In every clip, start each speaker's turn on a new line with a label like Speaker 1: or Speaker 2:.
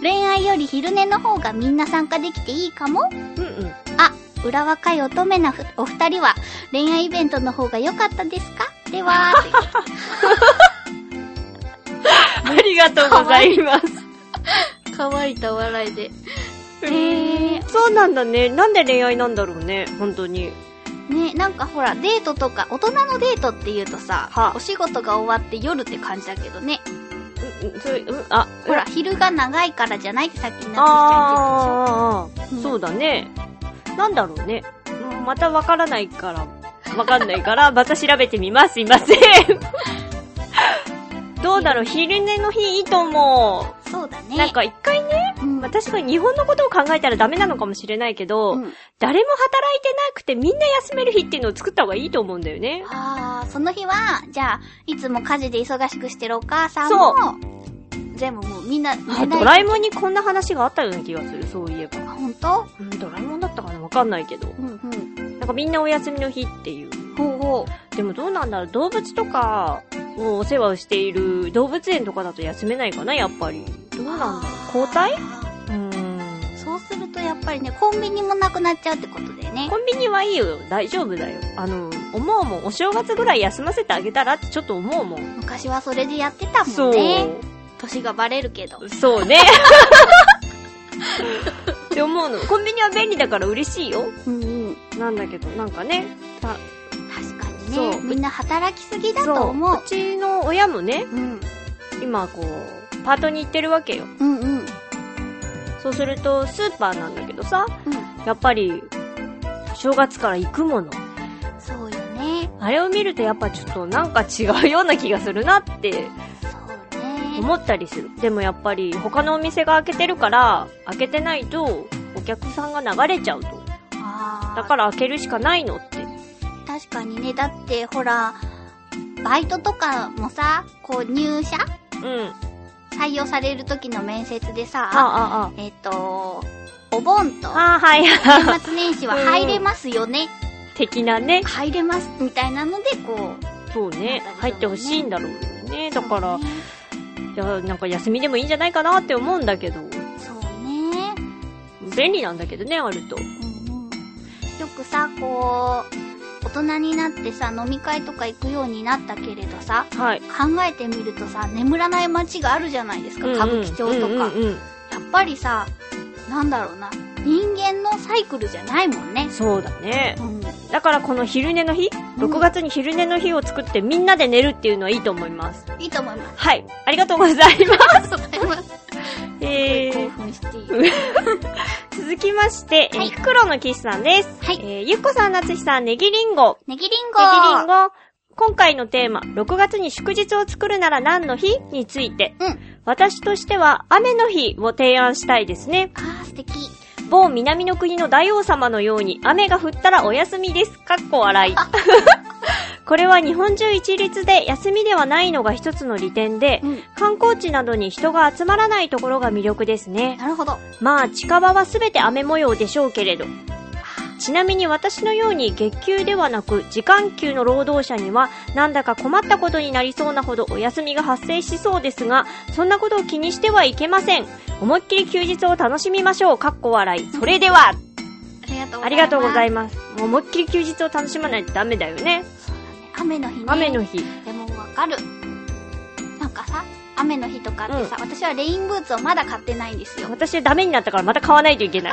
Speaker 1: 恋愛より昼寝の方がみんな参加できていいかも
Speaker 2: うんうん。
Speaker 1: あ、裏若い乙女なふお二人は恋愛イベントの方が良かったですかで は、
Speaker 2: ありがとうございます。
Speaker 1: 乾いた笑いで。
Speaker 2: へーそうなんだね。なんで恋愛なんだろうね。本当に。
Speaker 1: ね、なんかほら、デートとか、大人のデートって言うとさ、
Speaker 2: は
Speaker 1: お仕事が終わって夜って感じだけどね。
Speaker 2: うんうん、それ、うん、あ、
Speaker 1: ほら、昼が長いからじゃないってさっきなっちゃ
Speaker 2: ああ
Speaker 1: ってたでしょ
Speaker 2: ー、
Speaker 1: ん
Speaker 2: そうだね。なんだろうね。うんまたわからないから、わかんないから、 また調べてみます。すいませ ん。どうだろう、昼寝の日いいと思
Speaker 1: そうだね。
Speaker 2: う。なんか一回ね、
Speaker 1: うん、
Speaker 2: まあ、確かに日本のことを考えたらダメなのかもしれないけど、
Speaker 1: うん
Speaker 2: 誰も働いてなくてみんな休める日っていうのを作った方がいいと思うんだよね。
Speaker 1: ああ、その日は、じゃあ、いつも家事で忙しくしてるお母さんも、全部もうみんな寝
Speaker 2: あ
Speaker 1: ない
Speaker 2: ドラえもんにこんな話があったような気がする、そういえば。
Speaker 1: あ本当
Speaker 2: うん、ドラえもんだったかなわかんないけど。
Speaker 1: うんうん。
Speaker 2: なんかみんなお休みの日っていう。
Speaker 1: ほうほ
Speaker 2: でもどうなんだろう動物とかをお世話をしている動物園とかだと休めないかなやっぱり。どう
Speaker 1: う。
Speaker 2: なんだろう交代
Speaker 1: あ
Speaker 2: うーん。
Speaker 1: ーそうするとやっぱりね、コンビニもなくなっちゃうってことだよね
Speaker 2: コ。ンビニはいいよ。大丈夫だよ。あの、思うもん。お正月ぐらい休ませてあげたらってちょっと思うもん。
Speaker 1: 昔はそれでやってたも
Speaker 2: そ
Speaker 1: んね。
Speaker 2: う。
Speaker 1: 年がバレるけど。
Speaker 2: そうね。って思うの。コンビニは便利だから嬉しいよ。
Speaker 1: うんうん。
Speaker 2: なんだけど、なんかね。た
Speaker 1: 確かに
Speaker 2: そ
Speaker 1: ね
Speaker 2: う、
Speaker 1: みんな働きすぎだと思
Speaker 2: そうう。。うちの親もね、
Speaker 1: うん。
Speaker 2: 今こう、パートに行ってるわけよ。
Speaker 1: うんうん。
Speaker 2: そうすると、スーパーなんだけどさ、やっぱり、正月から行くもの。
Speaker 1: そうよね。
Speaker 2: あれを見るとやっぱちょっとなんか違うような気がするなって
Speaker 1: そうね。
Speaker 2: 思ったりする。でもやっぱり他のお店が開けてるから、開けてないとお客さんが流れちゃうと。
Speaker 1: あ
Speaker 2: だ
Speaker 1: ー
Speaker 2: から開けるしかないのって。
Speaker 1: 確かにね、だってほら、バイトとかもさ、こう入社
Speaker 2: うん。
Speaker 1: 採用される時の面接で
Speaker 2: あ
Speaker 1: さ、
Speaker 2: あ、あ
Speaker 1: えっ、と、お盆と
Speaker 2: あ。ああ、 はい。
Speaker 1: 年末年始は入れますよ ね、
Speaker 2: 的なね。
Speaker 1: 入れますみたいなので、こう。
Speaker 2: そうね。入ってほしいんだろうよね。だから
Speaker 1: ね、
Speaker 2: いや、なんか休みでもいいんじゃないかなって思うんだけど。
Speaker 1: そうね。
Speaker 2: 便利なんだけどね、あると。
Speaker 1: うんうんよくさ、こう、大人になってさ、飲み会とか行くようになったけれどさ、
Speaker 2: はい。
Speaker 1: 考えてみるとさ、眠らない街があるじゃないですか、歌舞伎町とか。
Speaker 2: うんうんうんうん
Speaker 1: やっぱりさ、なんだろうな、人間のサイクルじゃないもんね。
Speaker 2: そうだね。
Speaker 1: うん。
Speaker 2: だからこの昼寝の日、
Speaker 1: うん
Speaker 2: 6月に昼寝の日を作ってみんなで寝るっていうのはいいと思います。
Speaker 1: いいと思います。
Speaker 2: はい。ありがと うございます。
Speaker 1: ありがとうございます。
Speaker 2: え
Speaker 1: 興
Speaker 2: ー、
Speaker 1: 奮している。
Speaker 2: 続きままして、
Speaker 1: はい
Speaker 2: えー、黒の騎士さんです。
Speaker 1: はい
Speaker 2: えー、ゆっこさん、なつひさん、ネギリンゴ。
Speaker 1: ネギリン
Speaker 2: ネギリン
Speaker 1: ゴ。
Speaker 2: ゴ。今回のテーマ、6月に祝日を作るなら何の日について、
Speaker 1: うん
Speaker 2: 私としては雨の日を提案したいですね。
Speaker 1: あー、素敵。
Speaker 2: 某南の国の大王様のように雨が降ったらお休みです。かっこ笑い。 これは日本中一律で休みではないのが一つの利点で、
Speaker 1: うん。
Speaker 2: 観光地などに人が集まらないところが魅力ですね。
Speaker 1: なるほど。
Speaker 2: まあ近場はすべて雨模様でしょうけれど。ちなみに私のように月給ではなく時間給の労働者にはなんだか困ったことになりそうなほどお休みが発生しそうですが、そんなことを気にしてはいけません。思いっきり休日を楽しみましょう。かっこ笑い。それでは、
Speaker 1: ありがとうございます。
Speaker 2: あ
Speaker 1: ま
Speaker 2: りがとうござい ます。もう思いっきり休日を楽しまないとダメだよね。
Speaker 1: す。雨の日ね。
Speaker 2: 雨の日。
Speaker 1: でもわかる。なんかさ、雨の日とかってさ、私はレインブーツをまだ買ってないんですよ。
Speaker 2: 私ダメになったからまた買わないといけない。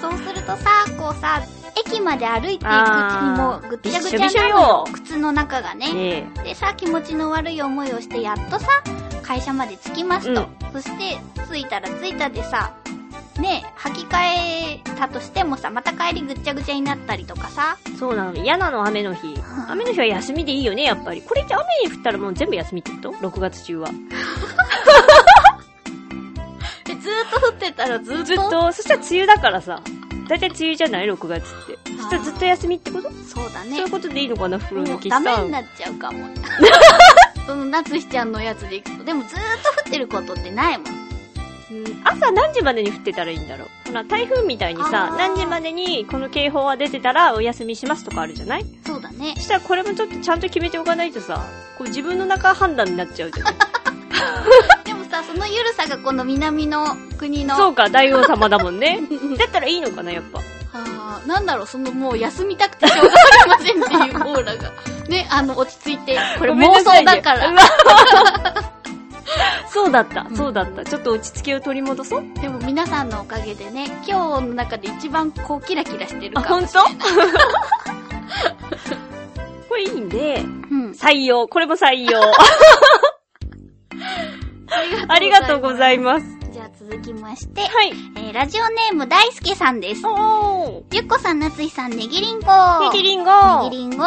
Speaker 1: そうするとさ、こうさ、駅まで歩いていくうちにも
Speaker 2: あー
Speaker 1: うぐっちゃぐちゃなのよ。靴の中がね。
Speaker 2: ね
Speaker 1: でさ、気持ちの悪い思いをしてやっとさ、会社まで着きますと。そして、着いたら着いたでさ、ねえ、履き替えたとしてもさ、また帰りぐっちゃぐちゃになったりとかさ、
Speaker 2: え。そうなの。嫌なの、雨の 日。雨の日は休みでいいよね、やっぱり。これって雨に降ったらもう全部休みってこと ?6 月中は。
Speaker 1: でずーっと降ってたらずーっと。
Speaker 2: ずっと、そしたら梅雨だからさ。だいたい梅雨じゃない ?6 月って。そしたらずっと休みってこと、
Speaker 1: そうだ
Speaker 2: そうい
Speaker 1: ね
Speaker 2: う。ことでいいのかな、袋
Speaker 1: も
Speaker 2: の
Speaker 1: う
Speaker 2: 岸
Speaker 1: ダ
Speaker 2: さ
Speaker 1: メに
Speaker 2: ん。
Speaker 1: なっちゃうか も。その、なつひちゃんのやつでいくと。でもずーっと降ってることってないもん。
Speaker 2: うん朝何時までに降ってたらいいんだろう。ほら、台風みたいに
Speaker 1: あ
Speaker 2: さ、
Speaker 1: ー
Speaker 2: 何時までにこの警報は出てたらお休みしますとかあるじゃない
Speaker 1: そうだね
Speaker 2: そ。したらこれもちょっとちゃんと決めておかないとさ、こう自分の中判断になっちゃうじ ゃない
Speaker 1: でもさ、そのゆるさがこの南の国の。
Speaker 2: そうか、大王様だもんね。 だったらいいのかな、やっぱ。
Speaker 1: あーなんだろう、そのもう休みたくてしょうがありませんっていうオーラ が。ね、あの、落ち着いて、これ
Speaker 2: ご
Speaker 1: 妄
Speaker 2: めんなさ
Speaker 1: 想
Speaker 2: いね
Speaker 1: だから。。
Speaker 2: うわ そうだった、そうだった。ちょっと落ち着きを取り戻そう。
Speaker 1: でも皆さんのおかげでね、今日の中で一番こうキラキラしてる
Speaker 2: あ、
Speaker 1: か
Speaker 2: 本
Speaker 1: も。
Speaker 2: 当 これいいんで、
Speaker 1: うん。
Speaker 2: 採用。これも採 用。ありがとうございます。
Speaker 1: す。じゃあ続きまして、
Speaker 2: はい。
Speaker 1: えー、ラジオネーム大輔さんです。
Speaker 2: おー。
Speaker 1: ゆっこさん、なついさん、ねぎりんこ。
Speaker 2: ネギ
Speaker 1: ね
Speaker 2: リンゴ。
Speaker 1: ぎりんご。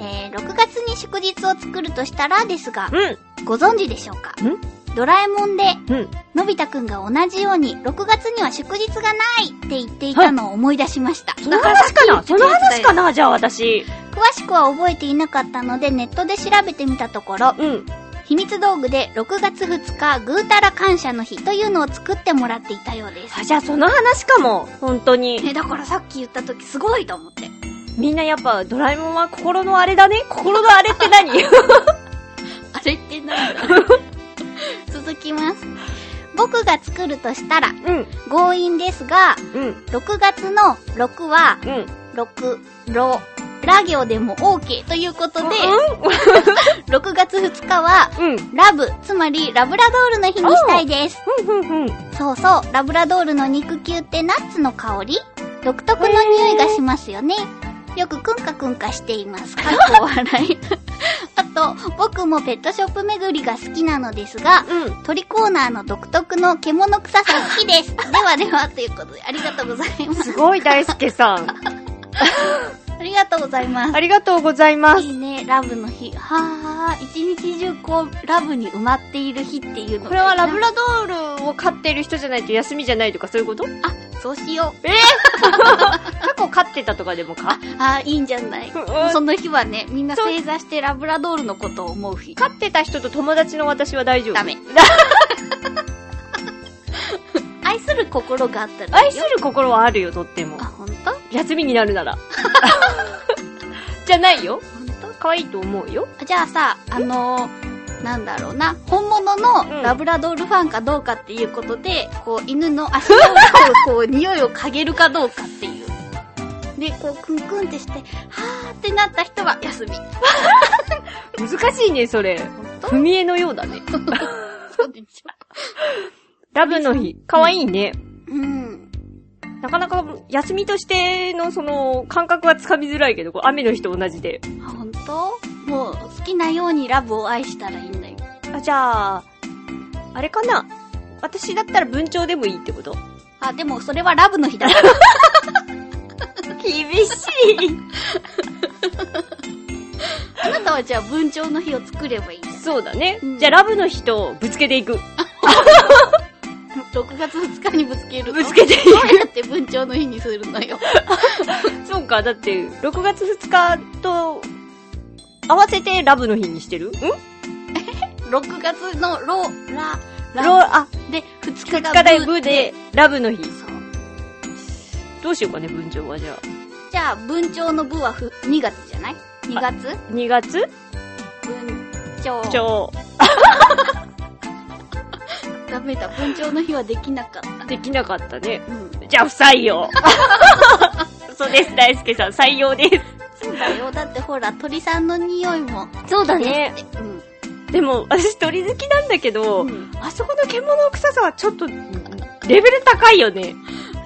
Speaker 1: えー、6月に祝日を作るとしたらですが、
Speaker 2: う
Speaker 1: ご存知でしょうか
Speaker 2: ん
Speaker 1: ドラえもんで、
Speaker 2: ん。うん。
Speaker 1: のび太くんが同じように、6月には祝日がないって言っていたのを思い出しました。
Speaker 2: その話かなその話か
Speaker 1: な
Speaker 2: なじゃあ私。
Speaker 1: 詳しくは覚えていなかったので、ネットで調べてみたところ、
Speaker 2: うん。
Speaker 1: 秘密道具で6月2日、ぐーたら感謝の日というのを作ってもらっていたようです。
Speaker 2: あ、じゃあその話かも。本当に。
Speaker 1: ね、だからさっき言った時すごいと思って。
Speaker 2: みんなやっぱドラえもんは心のあれだね。心のあれって 何
Speaker 1: あれってなんだ 続きます。僕が作るとしたら、
Speaker 2: うん。
Speaker 1: 強引ですが、
Speaker 2: うん。
Speaker 1: 6月の6は、
Speaker 2: うん。
Speaker 1: 6、ろ、ラ行でも OK ということで、6月2日は、
Speaker 2: うん。
Speaker 1: ラブ、つまりラブラドールの日にしたいです。
Speaker 2: うん。うん。うん。
Speaker 1: そうそう、ラブラドールの肉球ってナッツの香り独特の匂いがしますよね。よくくんかくんかしています。かっこ笑い。 あと、僕もペットショップ巡りが好きなのですが、
Speaker 2: うん。
Speaker 1: 鳥コーナーの独特の獣臭さ好きです。ではでは、ということで、ありがとうございます。
Speaker 2: すごい大輔さん。
Speaker 1: ありがとうございます。
Speaker 2: ありがとうございます。
Speaker 1: いいね、ラブの日。はあ、一日中こう、ラブに埋まっている日っていうのが
Speaker 2: これはラブラドールを飼ってる人じゃないと休みじゃないとかそういうこと
Speaker 1: あ、そうしよう。
Speaker 2: 過去飼ってたとかでもか
Speaker 1: あ、いいんじゃない。 そ
Speaker 2: 飼
Speaker 1: の日はね、みんな
Speaker 2: そう
Speaker 1: 正座してラブラドールのことを思う日。
Speaker 2: ってた人と友達の私は大丈夫。
Speaker 1: ダメ。愛する心があったらい
Speaker 2: 愛
Speaker 1: い
Speaker 2: す
Speaker 1: よ。
Speaker 2: る心はあるよ、とっても
Speaker 1: あ、。ほんとほん
Speaker 2: 休みになるなら。じゃないよ。
Speaker 1: と
Speaker 2: 可愛いと思うよ。
Speaker 1: あじゃあさ、あのー、なんだろうな、本物の
Speaker 2: うん
Speaker 1: ラブラドールファンかどうかっていうことで、こう、犬の足のこう、こ う、匂いを嗅げるかどうかっていう。で、こう、クンクンってして、はーってなった人は休み。
Speaker 2: 難しいね、それ。踏み絵のようだね。
Speaker 1: そうでしょ。
Speaker 2: ラブの日。可愛いね。
Speaker 1: うん。
Speaker 2: なかなか休みとしてのその感覚はつかみづらいけど、こう雨の日と同じで。
Speaker 1: あほんともう、好きなようにラブを愛したらいいんだよ。
Speaker 2: あ、じゃあ、あれかな私だったら文鳥でもいいってこと
Speaker 1: あ、でもそれはラブの日だ。
Speaker 2: 厳しい。
Speaker 1: あなたはじゃあ文鳥の日を作ればいいじゃん。
Speaker 2: そうだね。
Speaker 1: うん
Speaker 2: じゃあ、ラブの人をぶつけていく。
Speaker 1: 6月2日にぶつけるの
Speaker 2: ぶつけていく
Speaker 1: どうやって文鳥の日にするのよ。
Speaker 2: そうか、だって、6月2日と、合わせてラブの日にしてるん
Speaker 1: 6月のロ、ラ、ラ、
Speaker 2: ロあ、
Speaker 1: で、2日が
Speaker 2: 課題
Speaker 1: ブ
Speaker 2: ブで、ラブの
Speaker 1: そ
Speaker 2: 日。
Speaker 1: う。
Speaker 2: どうしようかね、文鳥はじゃあ。
Speaker 1: じゃあ、文鳥の部はふ2月じゃない ?2 月
Speaker 2: 2月
Speaker 1: 文鳥。
Speaker 2: 超、
Speaker 1: ダメだ、文鳥の日はできなかった。
Speaker 2: できなかったね。
Speaker 1: うん。
Speaker 2: じゃあ、不採 用。そうです、大輔さん、採用です。
Speaker 1: そうだよ。だってほら、鳥さんの匂いも。
Speaker 2: そうだね。
Speaker 1: うん。
Speaker 2: でも、私鳥好きなんだけど、
Speaker 1: うん
Speaker 2: あそこの獣の臭さはちょっと、レベル高いよね。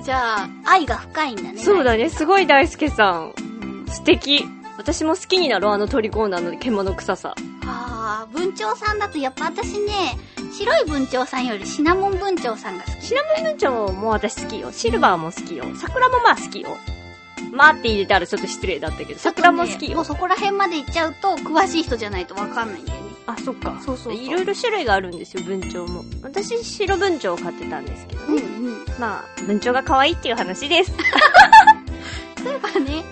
Speaker 1: じゃあ、愛が深いんだね。
Speaker 2: そうだね、すごい大輔さん。
Speaker 1: うん。
Speaker 2: 素敵。私も好きになろう、あの鳥コーナーの獣臭さ。
Speaker 1: あー、文鳥さんだとやっぱ私ね、白い文鳥さんよりシナモン文鳥さんが好き。
Speaker 2: シナモン文鳥も私好きよ。シルバーも好きよ。桜もまあ好きよ。まあって入れたらちょっと失礼だったけど、桜も好き
Speaker 1: ねもう
Speaker 2: よ。
Speaker 1: そこら辺まで行っちゃうと、詳しい人じゃないとわかんないんだよね。
Speaker 2: あ、そっか。
Speaker 1: そうそうそう
Speaker 2: いろいろ種類があるんですよ、文鳥も。私、白文鳥を飼ってたんですけどね。
Speaker 1: んうん。
Speaker 2: まあ、文鳥が可愛いっていう話です。
Speaker 1: そういえばね、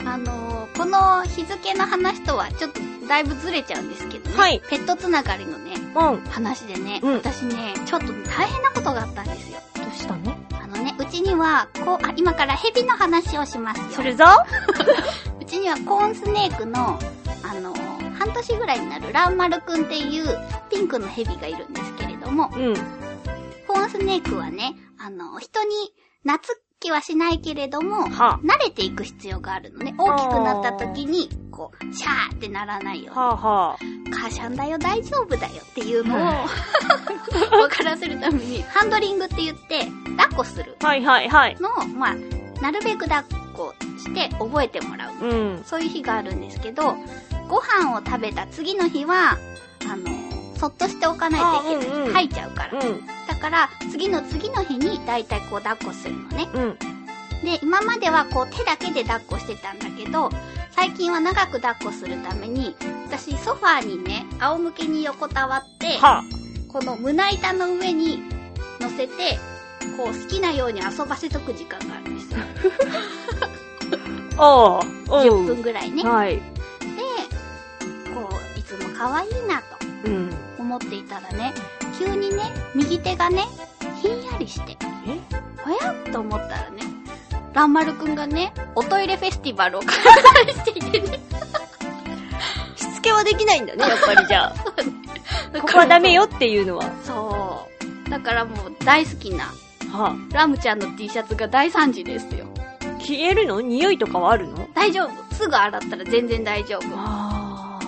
Speaker 2: うん。
Speaker 1: あのーこの日付の話とはちょっとだいぶずれちゃうんですけどね。
Speaker 2: はい
Speaker 1: ペットつながりのね、
Speaker 2: うん。
Speaker 1: 話でね、
Speaker 2: うん
Speaker 1: 私ね、ちょっと大変なことがあったんですよ。
Speaker 2: どうしたの
Speaker 1: あのね、うちには、こう、あ、今からヘビの話をしますよ。
Speaker 2: するぞ
Speaker 1: うちにはコーンスネークの、あのー半年ぐらいになるランマルくんっていうピンクのヘビがいるんですけれども、
Speaker 2: うん。
Speaker 1: コーンスネークはね、あのー人に懐っ気はしないけれども、
Speaker 2: は
Speaker 1: 慣れていく必要があるのね。大きくなった時に、こう、シャーってならないよう
Speaker 2: あ、
Speaker 1: に。
Speaker 2: はあはあ。
Speaker 1: 母ちゃんだよ、大丈夫だよっていうのを、
Speaker 2: は
Speaker 1: わからせるために、ハンドリングって言って、抱っこする
Speaker 2: はいはいはい。
Speaker 1: のを、まあ、なるべく抱っこして覚えてもらう。
Speaker 2: うん。
Speaker 1: そういう日があるんですけど、ご飯を食べた次の日は、あの、そっとしておかないといけない。
Speaker 2: あうんうん
Speaker 1: 吐いちゃうから。
Speaker 2: う
Speaker 1: だから、次の次の日にだいたいこう抱っこするのね。
Speaker 2: ん。うん。
Speaker 1: で、今まではこう手だけで抱っこしてたんだけど、最近は長く抱っこするために、私ソファーにね、仰向けに横たわって、
Speaker 2: はあ。
Speaker 1: この胸板の上に乗せて、こう好きなように遊ばせとく時間があるんですよ。
Speaker 2: おう。お
Speaker 1: 10
Speaker 2: う
Speaker 1: 分。ぐらいね。で、こ
Speaker 2: はい。
Speaker 1: う、いつも可愛いなと
Speaker 2: うん。
Speaker 1: 思っていたらね、急にね、右手がね、ひんやりして、
Speaker 2: え
Speaker 1: ほやっと思ったらね、ランマルくんがね、おトイレフェスティバルを開催していてね、
Speaker 2: しつけはできないんだね、やっぱりじゃあ。
Speaker 1: だ
Speaker 2: こ
Speaker 1: から
Speaker 2: こはダメよっていうのは。
Speaker 1: そう。だからもう大好きな
Speaker 2: は
Speaker 1: ラムちゃんの T シャツが大惨事ですよ。
Speaker 2: あ、消えるの匂いとかはあるの
Speaker 1: 大丈夫。すぐ洗ったら全然大丈夫。
Speaker 2: あ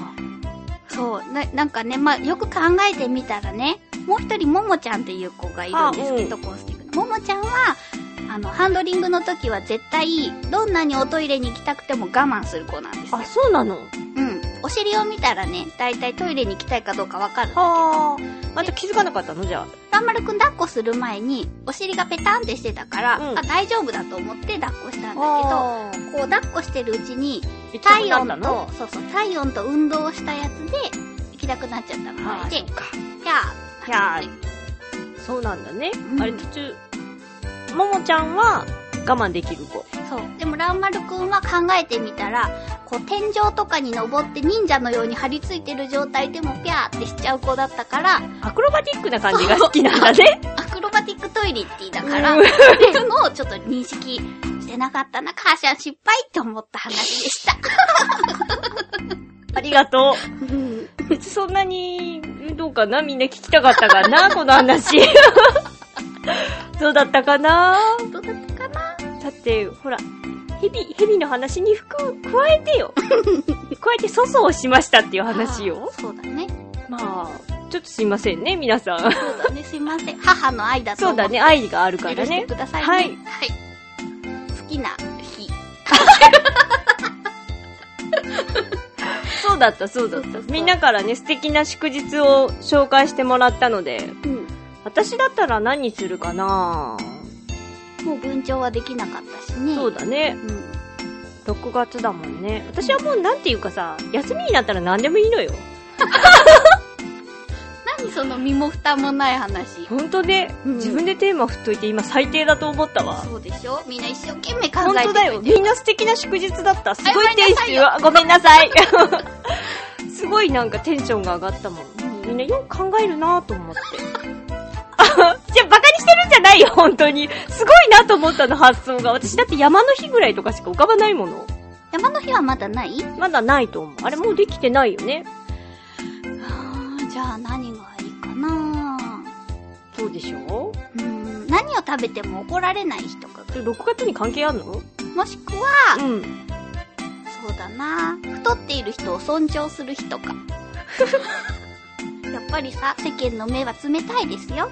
Speaker 1: そう。ななんかね、まあ、よく考えてみたらね、もう一人ももちゃんっていう子がいるんですけど、コースティックの。ももちゃんは、あの、ハンドリングの時は絶対、どんなにおトイレに行きたくても我慢する子なんですよ
Speaker 2: あ、。そうなの
Speaker 1: うん。お尻を見たらね、だいたいトイレに行きたいかどうかわかるんだけど、
Speaker 2: はあ。また気づかなかったのじゃ
Speaker 1: ランマルくん抱っこする前に、お尻がペタンってしてたから、
Speaker 2: うん
Speaker 1: あ、大丈夫だと思って抱っこしたんだ
Speaker 2: あ。
Speaker 1: けど、
Speaker 2: だけ
Speaker 1: こう抱っこしてるうちに、
Speaker 2: ど、
Speaker 1: 体
Speaker 2: なっ
Speaker 1: 温
Speaker 2: たの
Speaker 1: と、そうそう、体温と運動をしたやつで、行きたくなっちゃったみ
Speaker 2: あ
Speaker 1: たい
Speaker 2: あ、
Speaker 1: で、
Speaker 2: そ
Speaker 1: ひ
Speaker 2: うか。
Speaker 1: ゃー
Speaker 2: ひそうなんだね。
Speaker 1: ん
Speaker 2: あれ途中、ももちゃんは我慢できる子。
Speaker 1: そう。でも、ランマルくんは考えてみたら、こう、天井とかに登って忍者のように張り付いてる状態でもピャーってしちゃう子だったから、
Speaker 2: アクロバティックな感じが好きなんだね。
Speaker 1: アクロバティックトイレティだから、っ
Speaker 2: うん
Speaker 1: ていうのをちょっと認識してなかったな、母ちゃん失敗って思った話でした。
Speaker 2: ありがとう。
Speaker 1: うん。
Speaker 2: そんなに、どうかなみんな聞きたかったか なこの話。どうだったかな
Speaker 1: どうだったかな
Speaker 2: だって、ほら、ヘビ、ヘビの話に服を加えてよ。加えて粗相をしましたっていう話よ。
Speaker 1: あーそうだね。
Speaker 2: まあ、ちょっとすいませんね、皆さん。
Speaker 1: そうだね。すいません。母の愛だと
Speaker 2: そ
Speaker 1: 思
Speaker 2: う
Speaker 1: って
Speaker 2: だね、愛があるか
Speaker 1: 許
Speaker 2: ら
Speaker 1: して
Speaker 2: ね
Speaker 1: く。ださいね。
Speaker 2: はい
Speaker 1: はい。好きな日。
Speaker 2: そうだった、そうだった。みんなからね、素敵な祝日を紹介してもらったので、
Speaker 1: うん。
Speaker 2: 私だったら何するかな
Speaker 1: もう文鳥はできなかったしね。
Speaker 2: そうだね。
Speaker 1: うん。
Speaker 2: 6月だもんね。私はもうなんていうかさ、休みになったら何でもいいのよ。
Speaker 1: 何その身も蓋もない話。
Speaker 2: ほんとね、
Speaker 1: うん
Speaker 2: 自分でテーマ振っといて今最低だと思ったわ。
Speaker 1: そうでしょみんな一生懸命考えて
Speaker 2: 本
Speaker 1: くれて
Speaker 2: 当だよ。みんな素敵な祝日だった。すごい
Speaker 1: 謝りなさ
Speaker 2: 天
Speaker 1: い
Speaker 2: 使
Speaker 1: よ
Speaker 2: は、ごめんなさい。 すごいなんかテンションが上がったもん。みんなよく考えるなと思って。あ じゃあバカにしてるんじゃないよ、本当に。すごいなと思ったの、発想が。私だって山の日ぐらいとかしか浮かばないもの。
Speaker 1: 山の日はまだない
Speaker 2: まだないと思う。あれもうできてないよね。
Speaker 1: あーじゃあ何がいいかな
Speaker 2: そうでしょ
Speaker 1: うん、何を食べても怒られない日とか
Speaker 2: それ6月に関係あるの
Speaker 1: もしくは、
Speaker 2: うん。
Speaker 1: そうだな太っている人を尊重する日 とか。やっぱりさ、世間の目は冷たいですよ。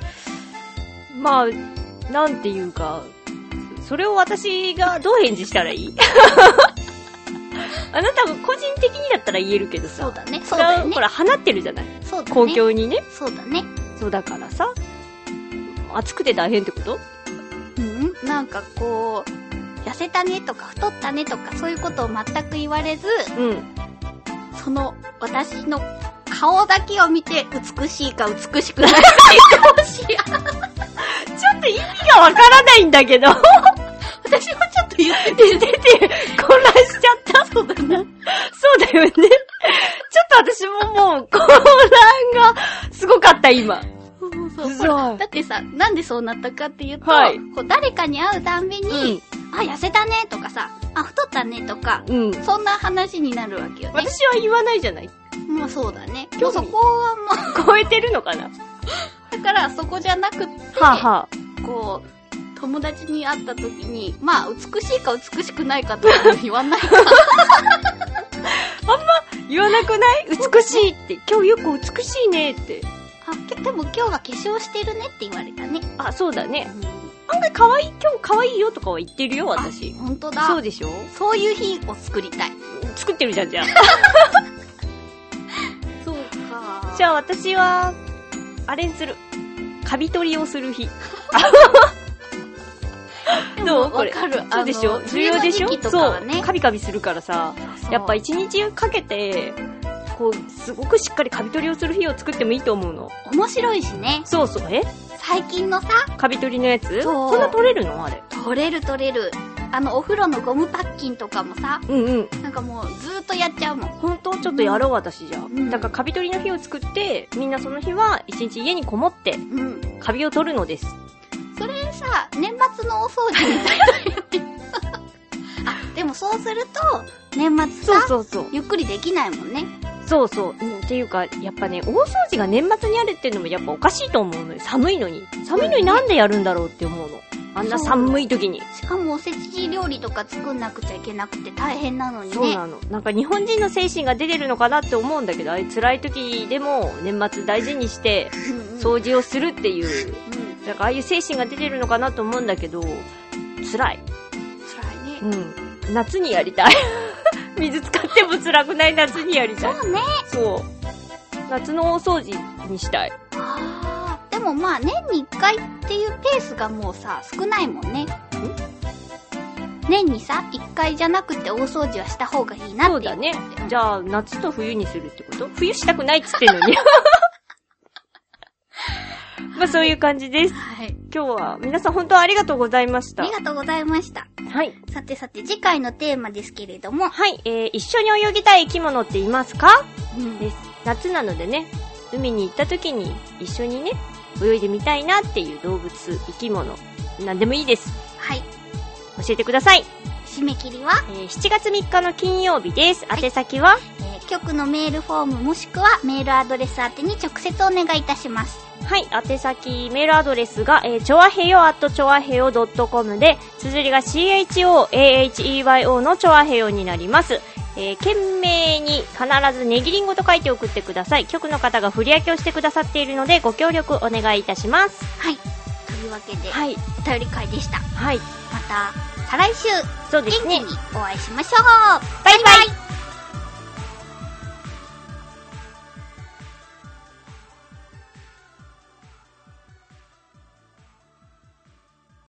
Speaker 2: まあ、なんていうか、それを私がどう返事したらいい あなたも個人的にだったら言えるけどさ。
Speaker 1: そうだね。そ
Speaker 2: そうれ
Speaker 1: だ
Speaker 2: は
Speaker 1: よね
Speaker 2: ほ。ら、放ってるじゃない。
Speaker 1: そうだ
Speaker 2: 公
Speaker 1: ね。
Speaker 2: 共にね。
Speaker 1: そうだね。
Speaker 2: そうだからさ。暑くて大変ってこと
Speaker 1: うん、なんかこう、痩せたねとか太ったねとかそういうことを全く言われず、
Speaker 2: うん。
Speaker 1: その私の顔だけを見て美しいか美しくないかを知り 合う
Speaker 2: ちょっと意味がわからないんだけど。
Speaker 1: 私もちょっと言って
Speaker 2: 出て、混乱しちゃった。そうだな。そうだよね。ちょっと私ももう、混乱がすごかった、今。
Speaker 1: そうそう
Speaker 2: そう
Speaker 1: ほらだってさ、なんでそうなったかっていうと、
Speaker 2: はい
Speaker 1: こう誰かに会うたんびに、あ、痩せたねとかさ、あ、太ったねとか、
Speaker 2: うん。
Speaker 1: そんな話になるわけよね。
Speaker 2: 私は言わないじゃない。
Speaker 1: まあそうだね。
Speaker 2: 興
Speaker 1: もう
Speaker 2: 味
Speaker 1: そこはも
Speaker 2: 超えてるのかなは
Speaker 1: う、だからそこじゃなくって、
Speaker 2: あ、は
Speaker 1: こう、友達に会った時に、まあ美しいか美しくないかとかも言わ ない。
Speaker 2: あ、言わなくない美しいって。今日よく美しいねって。
Speaker 1: あ、けでも今日は化粧してるねって言われたね。
Speaker 2: あ、そうだね。
Speaker 1: う
Speaker 2: 案外可愛い、今日可愛いよとかは言ってるよ、私
Speaker 1: ん、。本当だ。
Speaker 2: そうでしょ
Speaker 1: そういう日を作りたい。
Speaker 2: 作ってるじゃん、じゃあ。
Speaker 1: そうか
Speaker 2: じゃあ私は、あれにする。カビ取りをする日。どうこれ。
Speaker 1: わかる。
Speaker 2: そうでしょ
Speaker 1: あの
Speaker 2: 重要でしょ
Speaker 1: 冬の時期とか
Speaker 2: そ
Speaker 1: は
Speaker 2: う
Speaker 1: ね。。
Speaker 2: カビカビするからさ、
Speaker 1: そう
Speaker 2: やっぱ一日かけて、こう、すごくしっかりカビ取りをする日を作ってもいいと思うの。
Speaker 1: 面白いしね。
Speaker 2: そうそう。え
Speaker 1: 最近のさ、
Speaker 2: カビ取りのやつ
Speaker 1: そう
Speaker 2: そんな取れるのあれ。
Speaker 1: 取れる取れる。あの、お風呂のゴムパッキンとかもさ、
Speaker 2: うんうん。
Speaker 1: なんかもうずーっとやっちゃうもん。
Speaker 2: 本当ちょっとやろう、私じゃあ。
Speaker 1: ん
Speaker 2: だからカビ取りの日を作って、みんなその日は一日家にこもって、
Speaker 1: うん。
Speaker 2: カビを取るのです。
Speaker 1: それさ、年末のお掃除みたいな。 あ、でもそうすると、年末
Speaker 2: そう
Speaker 1: さ、
Speaker 2: そうそう。
Speaker 1: ゆっくりできないもんね。
Speaker 2: そうそう。うんっていうか、やっぱね、大掃除が年末にあるっていうのもやっぱおかしいと思うのよ。寒いのに。寒いのになんでやるんだろうって思うの。あんな寒い時に。
Speaker 1: しかもおせち料理とか作んなくちゃいけなくて大変なのにね。
Speaker 2: そうなの。なんか日本人の精神が出てるのかなって思うんだけど、あれ辛い時でも年末大事にして
Speaker 1: うんうん
Speaker 2: 掃除をするっていう、
Speaker 1: うん。
Speaker 2: なんかああいう精神が出てるのかなと思うんだけど、辛い。
Speaker 1: 辛いね。
Speaker 2: うん。夏にやりたい。 水使っても辛くない夏にやりたい。
Speaker 1: そうね。
Speaker 2: そう。夏の大掃除にしたい。
Speaker 1: あーでもまあ年に1回っていうペースがもうさ、少ないもんね。年にさ、1回じゃなくて大掃除はした方がいいなってい
Speaker 2: そうだね。じ
Speaker 1: ゃ
Speaker 2: ゃあ、夏と冬にするってこと冬したくないっつってんのに。 まあ、そういう感じです。
Speaker 1: はい。
Speaker 2: 今日は、皆さん本当ありがとうございまし
Speaker 1: あ
Speaker 2: た。
Speaker 1: りがとうございました。
Speaker 2: はい。
Speaker 1: さてさて、次回のテーマですけれども、
Speaker 2: はい、えー、一緒に泳ぎたい生き物っていますか
Speaker 1: うん
Speaker 2: です。夏なのでね、海に行った時に一緒にね、泳いでみたいなっていう動物、生き物、なんでもいいです。
Speaker 1: はい。
Speaker 2: 教えてください。
Speaker 1: 締め切りは、
Speaker 2: えー、7月3日の金曜日です。宛先は、
Speaker 1: えー局のメールフォームもしくはメールアドレス宛てに直接お願いいたします。
Speaker 2: はい、宛先、メールアドレスが、えー、ちょわへよ at ちょわへよ .com で、綴りが CHOAHEYO のちょわへよになります。えー、懸命に必ずネギリンゴと書いて送ってください。局の方が振り分けをしてくださっているので、ご協力お願いいたします。
Speaker 1: はい。というわけで、
Speaker 2: は
Speaker 1: お
Speaker 2: い、
Speaker 1: 便り会でした。
Speaker 2: はい、
Speaker 1: また、再来週、
Speaker 2: そうで
Speaker 1: 元
Speaker 2: す
Speaker 1: 気
Speaker 2: ね
Speaker 1: に。お会いしましょう。バイバイ